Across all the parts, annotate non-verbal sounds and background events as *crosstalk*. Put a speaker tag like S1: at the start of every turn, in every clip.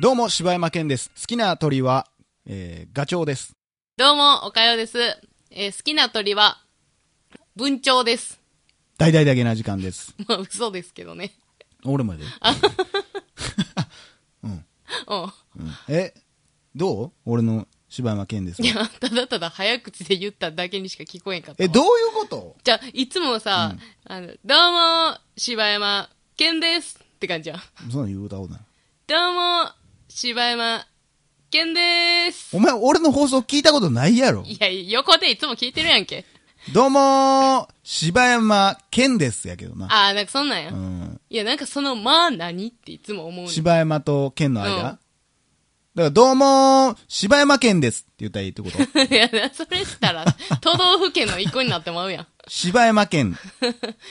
S1: どうも、柴山健です。好きな鳥は、えー、ガチョウです。
S2: どうも、おかようです。えー好きな鳥は、文鳥です。 *laughs*
S1: 大々だけな時間です。
S2: まあ、嘘ですけどね。 *laughs*
S1: 俺まで。
S2: うん。
S1: うんえ、どう俺の柴山健です
S2: い。や、ただただ早口で言っただけにしか聞こえんかったわ。
S1: え、どういうこと
S2: じゃあ、いつもさ、あの、どうも、柴山健ですって感じやん。
S1: そんなん言うたことない。
S2: どうも、柴山健です。
S1: お前、俺の放送聞いたことないやろ。
S2: いや、横でいつも聞いてるやんけ。
S1: どうもー、柴山健ですやけどな。
S2: あー、なんかそんなんや。
S1: うん。
S2: いや、なんかその、まあ何っていつも思うねん
S1: 柴山と健の間、
S2: うん
S1: だから、どうもー、柴山健ですって言ったらいいってこと
S2: *laughs* いや、それしたら、都道府県の一個になってまうやん。
S1: 柴山健。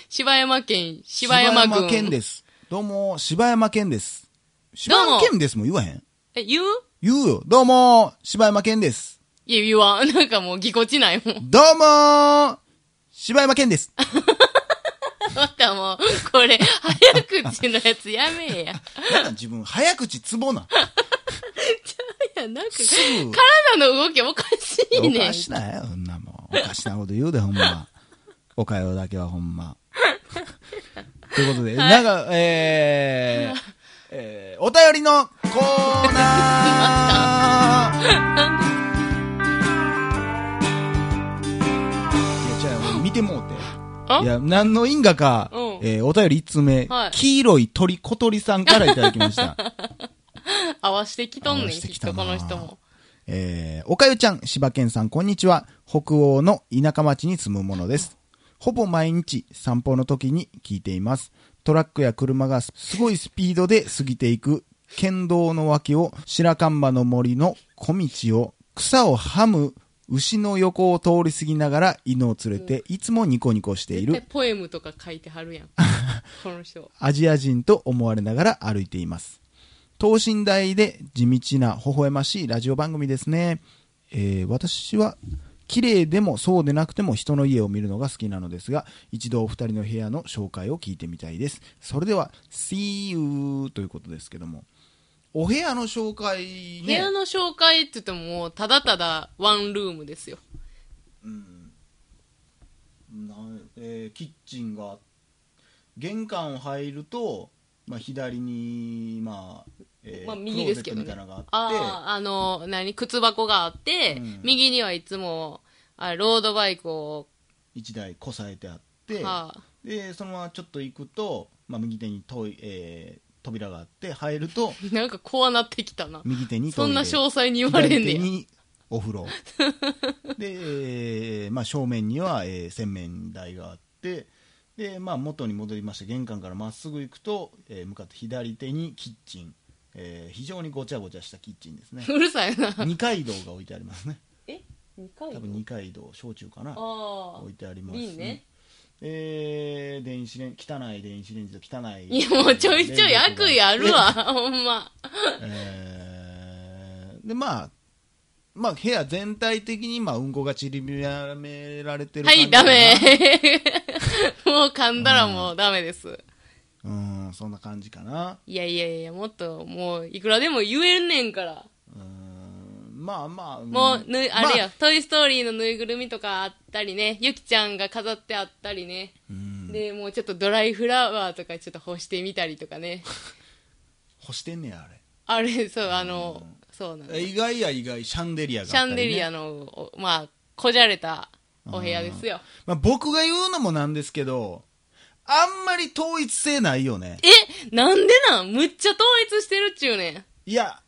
S2: 柴山県、柴山郡。
S1: 柴健です。どうもー、柴山健です。柴
S2: どう
S1: 山
S2: も
S1: 健ですも言わへん
S2: え、言う
S1: 言うよ。どうもー、柴山健です。
S2: いや、言わん。なんかもうぎこちないもん。 *laughs*
S1: どうもー、柴山健です。
S2: またもう、これ、早口のやつやめえや。
S1: なんか自分、早口ツボな。
S2: いや、なんか、
S1: すぐ
S2: 体の動きおかしい
S1: お
S2: ねん
S1: か。しないよ、そんなもん。おかしなこと言うで、ほんま。おかよだけはほんま。ということで、なんか、えー、えー、お便りのコーナーいや、じゃあ、見てもうて。
S2: あ
S1: いや、何の因果か、
S2: うん
S1: えーお便り1通目、
S2: はい
S1: 黄色い鳥小鳥さんからいただきました。
S2: 合わしてきと
S1: 合
S2: ん
S1: わ
S2: ねん、
S1: して
S2: き
S1: き
S2: った
S1: な
S2: とこの人も。
S1: えー、おかゆちゃん、柴犬さん、こんにちは。北欧の田舎町に住むものです。ほぼ毎日散歩の時に聞いています。トラックや車がすごいスピードで過ぎていく県道の脇を白樺の森の小道を草をはむ牛の横を通り過ぎながら犬を連れていつもニコニコしてい
S2: 絶対
S1: る
S2: ポエムとか書いては
S1: *laughs*
S2: るやん。この人。
S1: アジア人と思われながら歩いています。等身大で地道な微笑ましいラジオ番組ですね。えー私は綺麗でもそうでなくても人の家を見るのが好きなのですが、一度お二人の部屋の紹介を聞いてみたいです。それでは、See you ということですけども。お部屋の紹介
S2: 部
S1: ね
S2: 屋。の紹介って言ってももう、ただただワンルームですよ。
S1: なんえーキッチンが、玄関を入ると、まあ、左に、まあ、えー
S2: まあ右ですけどね
S1: クローゼットみたいなのがあって、
S2: ああ、あの、何、靴箱があって、
S1: うん
S2: 右にはいつも、あロードバイクを、
S1: 1台こさえてあって、
S2: はあ
S1: でそのままちょっと行くと、まあ、右手にトイ、えー扉があって入ると
S2: なんか怖なってきたな。
S1: 右手にト
S2: そ
S1: イレ
S2: んな詳細に言われんね
S1: 左手
S2: や。
S1: にお風
S2: *laughs*
S1: 呂で、えーまあ、正面には、えー洗面台があってで、まあ、元に戻りまして玄関からまっすぐ行くと、えー向かって左手にキッチン、えー非常にごちゃごちゃしたキッチンです
S2: *laughs*
S1: ね
S2: うるさいな。
S1: 二階堂が置いてありますね
S2: え二回
S1: 多分二階堂焼酎かな
S2: ああ
S1: 置い。てあります
S2: 瓶ね。
S1: えー、電子レン汚い電子レンジと汚い
S2: いや、もうちょいちょい悪意あるわ、ほんま。
S1: *laughs* えーでまあまあ部屋全体的にまあうんこがちりばめられてる
S2: は
S1: 感
S2: い、
S1: じか
S2: ダ
S1: な
S2: メ。 *laughs* もう噛んだらもうダメです。
S1: うんそんな感じかない
S2: やいやいや、もっと、もう、いくらでも言えんねんから。
S1: うんまあまあ
S2: もう、ぬ、あれ
S1: や
S2: や、トイストーリーのぬいぐるみとかあったりね、ゆきちゃんが飾ってあったりね。で、もうちょっとドライフラワーとかちょっと干してみたりとかね。
S1: 干してんねやあ
S2: あれ、そう、あの、そうなんだ
S1: れ意外や意外シャンデリアがあっ
S2: シャ
S1: たり
S2: ン
S1: ね
S2: デリアの、おまあ、こじゃれたお部屋ですよ。
S1: まあ、僕が言うのもなんですけどあんまり統一性ないよね
S2: えなんでなんむっちゃ統一してるっちゅうねん。
S1: いや、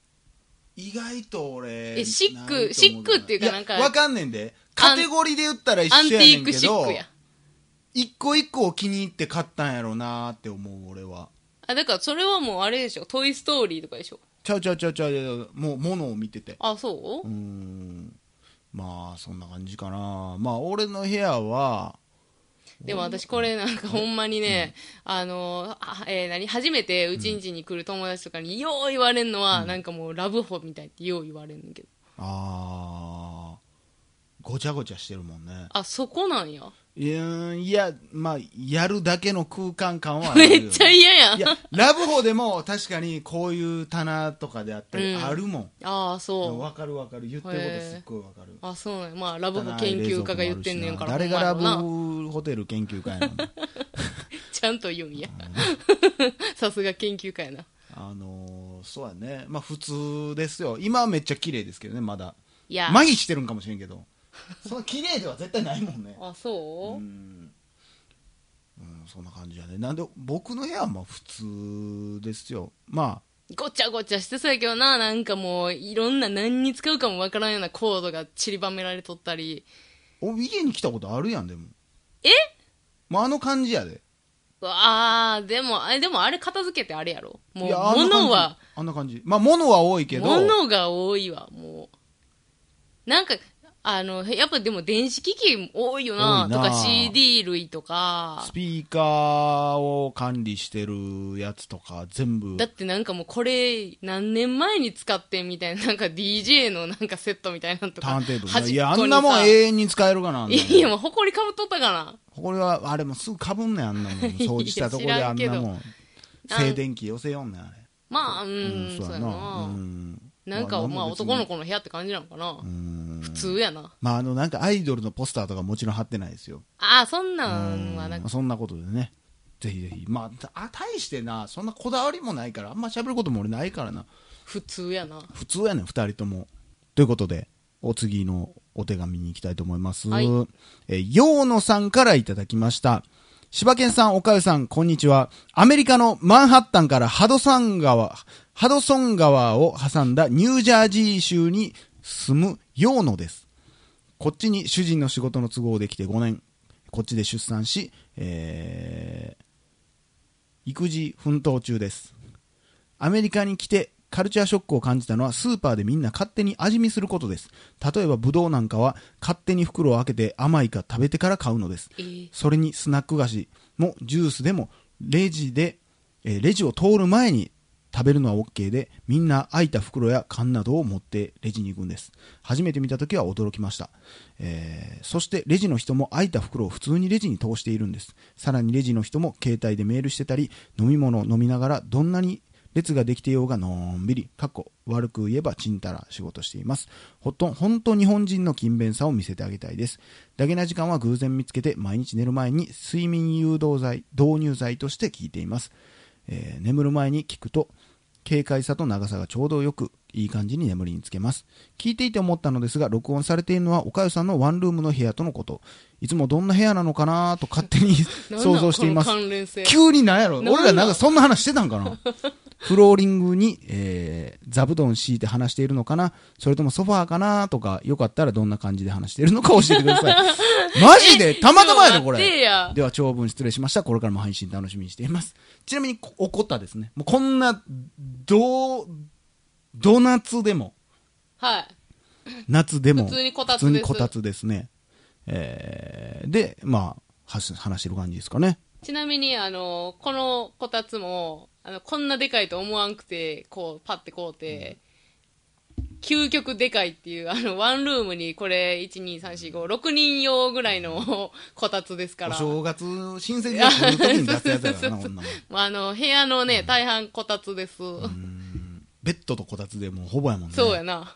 S1: 意外と俺。
S2: えシック
S1: ないと思けど
S2: シックっていうか
S1: や
S2: なんか
S1: わかんねんで。カテゴリーで言ったら一
S2: アン
S1: 緒
S2: テ
S1: や
S2: ィ
S1: ね
S2: ー
S1: んけ
S2: クシッ
S1: ど
S2: ク、や。
S1: 一個一個を気に入って買ったんやろうなーって思う俺は。
S2: あ、だからそれはもうあれでしょ。トイストーリーとかでしょ。
S1: ちゃうちゃうちゃうちゃう、もう物を見てて。
S2: あ、そうう、
S1: ーん。まあ、そんな感じかな。まあ、俺の部屋は、
S2: でも私これなんかほんまにね、あの、あえー何初めてうちんちに来る友達とかによう言われんのは、なんかもうラブホみたいってよう言われんねんけど。
S1: あー、ごちゃごちゃしてるもんね。
S2: あ、そこなんや。
S1: いやーいや、まあ、やるだけの空間感はあるよ
S2: *laughs* めっちゃ嫌やん。
S1: いや、ラブホでも確かにこういう棚とかであったり
S2: うん
S1: あるもん。
S2: ああ、そ
S1: わかるわかる。言ってることすっごいわかる
S2: う。。あそうなんやまあ、ラブホ研究家が言ってんねんから、
S1: 誰がラ
S2: ほんまやろな
S1: ブホテル研究
S2: *laughs*
S1: 会なの
S2: ちゃんと言うん
S1: *laughs*
S2: や。さすが研究家やな。
S1: あのー、そうやね。まあ普通ですよ。今はめっちゃ綺麗ですけどね、まだ。
S2: いや。
S1: 麻痺してるんかもしれんけど。その綺麗では絶対ないもんね。
S2: あ、そうう、
S1: ん、うん、そんな感じやね。なんで、僕の部屋はまあ普通ですよ。まあ、
S2: ごちゃごちゃしてそうやけどな、なんかもう、いろんな何に使うかもわからんようなコードが散りばめられとったり。
S1: お家に来たことあるやん、でも。
S2: え
S1: まああの感じやで。
S2: わあ、でも、あれ、でもあれ片付けてあれやろ。もう、
S1: いやあんな感じ
S2: 物は、
S1: あんな感じまあ物は多いけど
S2: 物が多いわ、もう。なんか、あの、やっぱでも電子機器多いよな、
S1: 多いな
S2: とか CD 類とか
S1: ス。ピーカーを管理してるやつとか全部
S2: だってなんかもうこれ何年前に使ってんみたいな、なんか DJ のなんかセットみたいなのと
S1: タ
S2: か。
S1: ーンテーブル
S2: 端
S1: な
S2: っこにさ
S1: いやあんなもん永遠に使えるかなあんないもん
S2: や *laughs* いや、もう埃かぶっとったかな。
S1: これはあれもすぐかぶんねんあんな
S2: *laughs*
S1: もん掃除したとこで
S2: いや
S1: あ
S2: 知ら
S1: ん
S2: んけ
S1: な
S2: ど
S1: もん静電気寄せよんねんあれ
S2: まあ、うん、
S1: うん
S2: そうやな。
S1: うん
S2: なんか、まあ
S1: 別に
S2: 男の子の部屋って感じなのかな
S1: う。ん
S2: 普通やな。
S1: まああのなんかアイドルのポスターとかもちろん貼ってないですよ
S2: ああ、そんな
S1: うん
S2: はなん
S1: ん
S2: か、
S1: そんなことでねぜひぜひまあたあ大してなそんなこだわりもないからあんま喋ることも俺ないからな
S2: 普通やな。
S1: 普通やねん2人ともということでお次のお手紙に行きたいと思います、
S2: はい
S1: えー陽野さんからいただきました柴犬さん、おかゆさん、こんにちは。アメリカのマンハッタンからハドソン川、ハドソン川を挟んだニュージャージー州に住む陽野です。こっちに主人の仕事の都合できて5年、こっちで出産し、えー育児奮闘中です。アメリカに来てカルチャーショックを感じたのはスーパーでみんな勝手に味見することです。例えばブドウなんかは勝手に袋を開けて甘いか食べてから買うのです。
S2: えー
S1: それにスナック菓子もジュースでもレジで、えーレジを通る前に食べるのは OK でみんな空いた袋や缶などを持ってレジに行くんです初めて見た時は驚きました、えーそしてレジの人も空いた袋を普通にレジに通しているんですさらにレジの人も携帯でメールしてたり飲み物を飲みながらどんなに列ができていようがのんびり、かっこ悪く言えばちんたら仕事しています。ほとん、本当日本人の勤勉さを見せてあげたいです。ダゲな時間は偶然見つけて毎日寝る前に睡眠誘導剤、導入剤として聞いています。えー眠る前に聞くと、軽快さと長さがちょうどよく、いい感じに眠りにつけます。聞いていて思ったのですが、録音されているのは、おかゆさんのワンルームの部屋とのこと。いつもどんな部屋なのかなと勝手に *laughs*
S2: なんなん
S1: 想像しています
S2: こ。の関連性。
S1: 急になんやろ
S2: なんな
S1: 俺
S2: ん
S1: らなんかそんな話してたんか
S2: *laughs*
S1: なフローリングに、えー、座布団敷いて話しているのかなそれともソファーかなとか、よかったらどんな感じで話しているのか教えてください。
S2: *laughs*
S1: マジでたまたまやで、こ
S2: ちょっと待って
S1: れ。
S2: や
S1: では、長文失礼しました。これからも配信楽しみにしています。ちなみに、こ怒ったですね。もうこんな、どう、ドナツでも、
S2: はい。
S1: 夏でも、
S2: 普通にこたつです
S1: 普通にこたつですね。えー、で、まあ、はし話してる感じですかね。
S2: ちなみに、あの、このこたつも、あの、こんなでかいと思わんくて、こう、パッてこうて、究極でかいっていう、あの、ワンルームにこれ、1、2、3、4、5、6人用ぐらいの *laughs* こたつですか
S1: お
S2: ら。
S1: 正月、親戚が来る時に出すやつやからな、こんなもん。
S2: まああの、部屋のね、大半こたつです。
S1: ベッドとこたつでもうほぼやもんね。
S2: そうやな。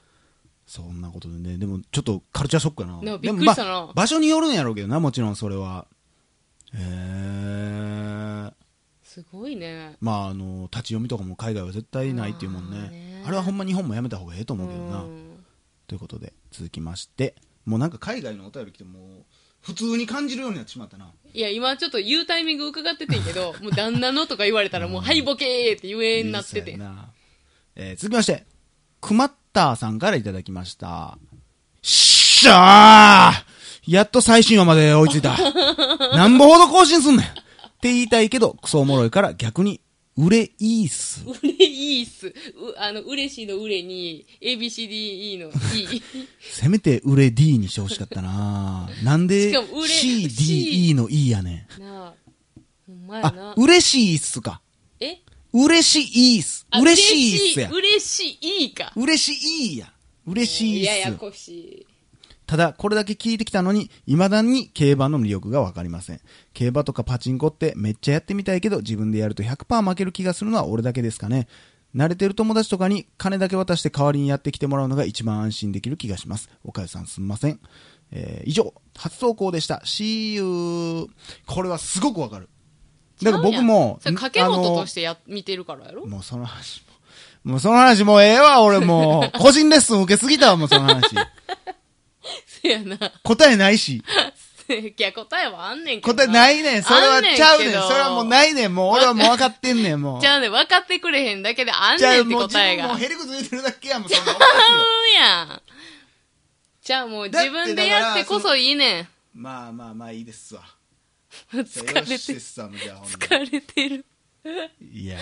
S1: そんなことでね。でもちょっとカルチャーショックやな。
S2: な
S1: でも
S2: びっくりしたな
S1: まあ場所によるんやろうけどな、もちろんそれは。へえ。
S2: すごいね。
S1: まああの、立ち読みとかも海外は絶対ないっていうもん
S2: まあ
S1: ね
S2: ね。
S1: あれはほんま日本もやめた方がええと思うけど
S2: う
S1: な。
S2: ん
S1: ということで、続きまして。もうなんか海外のお便り来ても、普通に感じるようになってしまったな。
S2: いや、今ちょっと言うタイミング伺っててんけど、もう旦那のとか言われたら、もう、はい、ボケーって言えんなって
S1: う
S2: て
S1: る。さいなえー続きまして、くまったーさんからいただきました。しゃあやっと最新話まで追いつい
S2: *laughs*
S1: た。なんぼほど更新すんねん。って言いたいけど、クソおもろいから逆に、売れいいっす。
S2: うれいいっす。う、あの、嬉しいのうれに、ABCDE の
S1: *laughs*
S2: E。
S1: せめて売れ D にしてほしかったななんで
S2: しかも売れ
S1: C、D、
S2: C
S1: E の E やね
S2: なあ。ほんま
S1: ん。
S2: や
S1: あ
S2: な、。
S1: 嬉しいっすか。
S2: え
S1: 嬉しいっす。
S2: あ
S1: 嬉しいっすや。
S2: 嬉しい嬉しいか。
S1: 嬉しいや。嬉しいっす。
S2: ややこしい。
S1: ただ、これだけ聞いてきたのに、未だに競馬の魅力がわかりません。競馬とかパチンコってめっちゃやってみたいけど、自分でやると100%負ける気がするのは俺だけですかね。慣れてる友達とかに金だけ渡して代わりにやってきてもらうのが一番安心できる気がします。おかゆさんすんません。えー以上、初投稿でした。See you! これはすごくわかる。だから僕も、
S2: それ掛け事
S1: あの
S2: としてや、見てるからやろ
S1: もう *laughs* その話も、もうその話もうええわ、俺もう。個人レッスン受けすぎたわ、もうその話。
S2: せやな。
S1: 答えないし。
S2: いや、答えはあんねんけど。
S1: 答えないねん。それはちゃうねん。
S2: あんねんけど
S1: それはもうないねん。もう俺はもう分かってんねん、も
S2: *laughs*
S1: う。
S2: じゃあねん、分かってくれへんだけであん
S1: ち
S2: ね
S1: ゃ
S2: ん
S1: う
S2: って
S1: もう自
S2: 答え
S1: 分も
S2: が。
S1: う
S2: ち
S1: ヘリクツ出てるだけやん、もうそんなおかしいよ。
S2: ゃうやん。じゃあもう自分でやってこそいいねん。
S1: まあまあまあいいですわ。じゃ
S2: 疲
S1: あ
S2: れ
S1: よろしいで
S2: てる。
S1: すわ、もうじゃあほんま
S2: 疲れてる。
S1: に。いや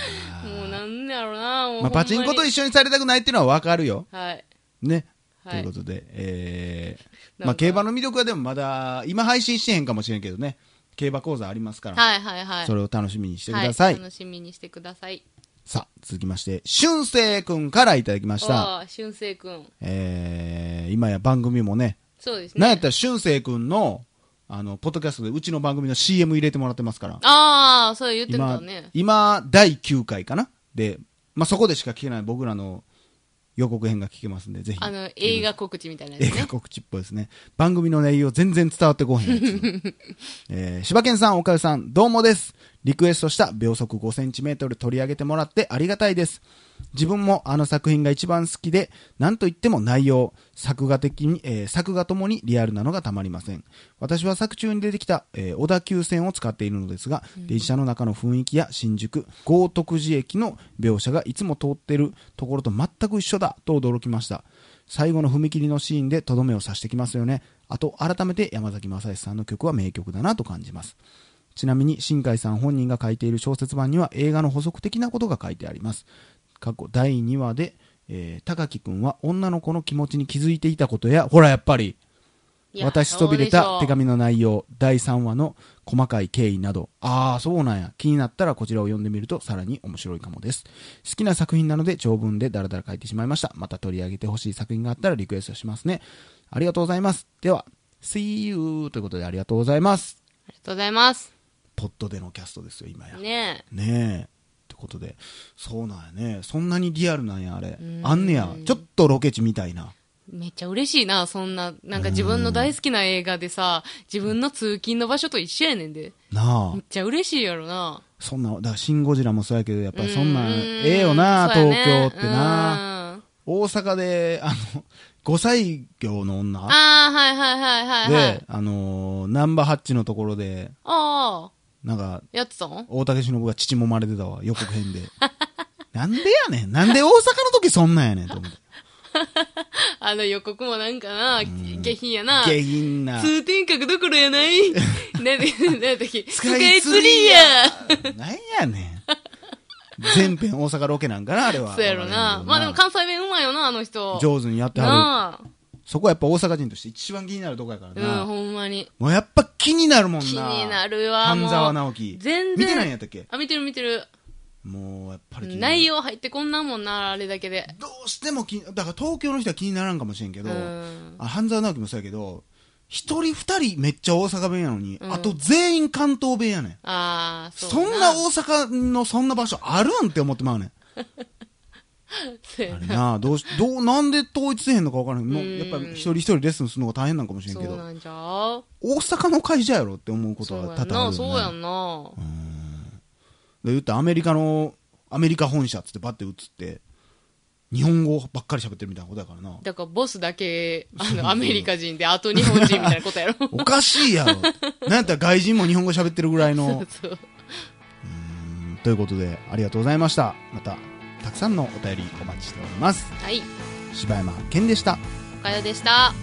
S1: ー
S2: もうなんやろな、もうほんまに。
S1: まあパチンコと一緒にされたくないっていうのは分かるよ。
S2: はい。
S1: ね。
S2: はい
S1: ということで、えー、ま
S2: な
S1: あ
S2: んか
S1: 競馬の魅力はでもまだ、今配信してへんかもしれんけどね。競馬講座ありますから。
S2: はいはいはい。
S1: そ
S2: れ
S1: れを楽しみにしてください。
S2: 楽しみにしてください。
S1: さあ、続きまして、俊生くんからいただきました。
S2: ああ、俊生くん。
S1: えー、今や番組もね、
S2: そうですね。
S1: なんやったら俊生くんの、あの、ポッドキャストでうちの番組の CM 入れてもらってますから。
S2: ああ、そう言ってた
S1: 今、
S2: ね。
S1: 今、第9回かなで、まあ、そこでしか聞けない僕らの予告編が聞けますんで、ぜひ。
S2: あの、映画告知みたいなや
S1: 映
S2: つ
S1: 画
S2: ね。
S1: 告知っぽいですね。番組の内容全然伝わってこへんやつ。えー、柴犬さん、岡かさん、どうもです。リクエストした秒速5センチメートル取り上げてもらってありがたいです。自分もあの作品が一番好きで、なんといっても内容、作画的に、えー作画ともにリアルなのがたまりません。私は作中に出てきた、えー小田急線を使っているのですが、電車の中の雰囲気や新宿、豪徳寺駅の描写がいつも通っているところと全く一緒だと驚きました。最後の踏切のシーンでとどめを刺してきますよね。あと、改めて山崎正義さんの曲は名曲だなと感じます。ちなみに、新海さん本人が書いている小説版には映画の補足的なことが書いてあります。過去第2話で、えー、高木くんは女の子の気持ちに気づいていたことや、ほらやっぱり、
S2: いや
S1: 渡しそびれた手。
S2: そうでしょう
S1: 紙の内容、第3話の細かい経緯など、ああ、そうなんや。気になったらこちらを読んでみるとさらに面白いかもです。好きな作品なので長文でダラダラ書いてしまいました。また取り上げてほしい作品があったらリクエストしますね。ありがとうございます。では、See you! ということでありがとうございます。
S2: ありがとうございます。
S1: ポッドでのキャストですよ、今や。
S2: ね
S1: ねえ。ってことで、そうなんやね。そんなにリアルなんや、あれ。あんねや。ちょっとロケ地みたいな。
S2: え。めっちゃ嬉しいな、そんな。なんか自分の大好きな映画でさ、自分の通勤の場所と一緒やねんで。
S1: なあ
S2: めっ。ちゃ嬉しいやろな。
S1: そんな、だから、シン・ゴジラもそうやけど、やっぱりそんなん、
S2: う
S1: ええよな、
S2: そうや
S1: 東
S2: ね
S1: 京ってな。
S2: うん
S1: 大阪で、あの、5歳業の女
S2: ああ、はいはいはいはいはい。
S1: で、あのー、ナンバーハッチのところで、
S2: ああ、
S1: なんか、
S2: やってたの
S1: 大竹しのぶが父もまれてたわ、予告
S2: *laughs*
S1: 編で。なんでやねん。なんで大阪の時そんなんやねん、と思
S2: *laughs*
S1: って。
S2: あの予告もなんかな、下品やな。
S1: 下品な。
S2: 通天閣どころやない。なんで、なんだっけ。ス
S1: ス
S2: カイツリーや。
S1: なんやねん。全編大阪ロケなんかな、あれは。
S2: そうやろな。まあでも関西弁うまいよな、あの人。
S1: 上手にやっては
S2: なあ。
S1: る。そこはやっぱ大阪人として一番気になるとこやから
S2: うん、
S1: な。
S2: ほんまに。
S1: もうやっぱ気になるもんな。
S2: 気になるわ。
S1: 半
S2: もう
S1: 沢直樹。
S2: 全然。
S1: 見てないんやったっけ
S2: あ、見てる見てる。
S1: もうやっぱり気になる
S2: 内容入ってこんなんもんな、あれだけで。
S1: どうしても気に、だから東京の人は気にならんかもしれんけど、
S2: うん
S1: あ半沢直樹もそうやけど、一人二人めっちゃ大阪弁やのに、
S2: うん
S1: あと全員関東弁やねん。
S2: ああ、
S1: そ
S2: うん
S1: な大阪のそんな場所あるんって思ってまうねん。
S2: そうや
S1: あれ
S2: な
S1: なあ、どうし、 *laughs* どう、なんで統一せへんのか分からへん。もう
S2: うん
S1: やっぱり一人一人レッスンするのが大変なんかもしれん
S2: そ
S1: け
S2: う
S1: ど、
S2: なんじゃう
S1: 大阪の会社やろって思うこと
S2: そう
S1: は
S2: や
S1: 多
S2: ん
S1: 々あ
S2: な、
S1: る
S2: そう
S1: よ
S2: や
S1: ね。
S2: んな。
S1: で言ったらアメリカの、アメリカ本社っつってバッて映って、日本語ばっかり喋ってるみたいなことやからな。
S2: だからボスだけ、あの、アメリカ人で、あと日本人みたいなことやろ。
S1: おかしいやろ。なんやったら外人も日本語喋ってるぐらい
S2: そ *laughs*
S1: の
S2: う。そう。
S1: うんということで、ありがとうございました。また、たくさんのお便りお待ちしております。
S2: はい、
S1: 柴山健でした。
S2: おかよでした。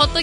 S2: ッド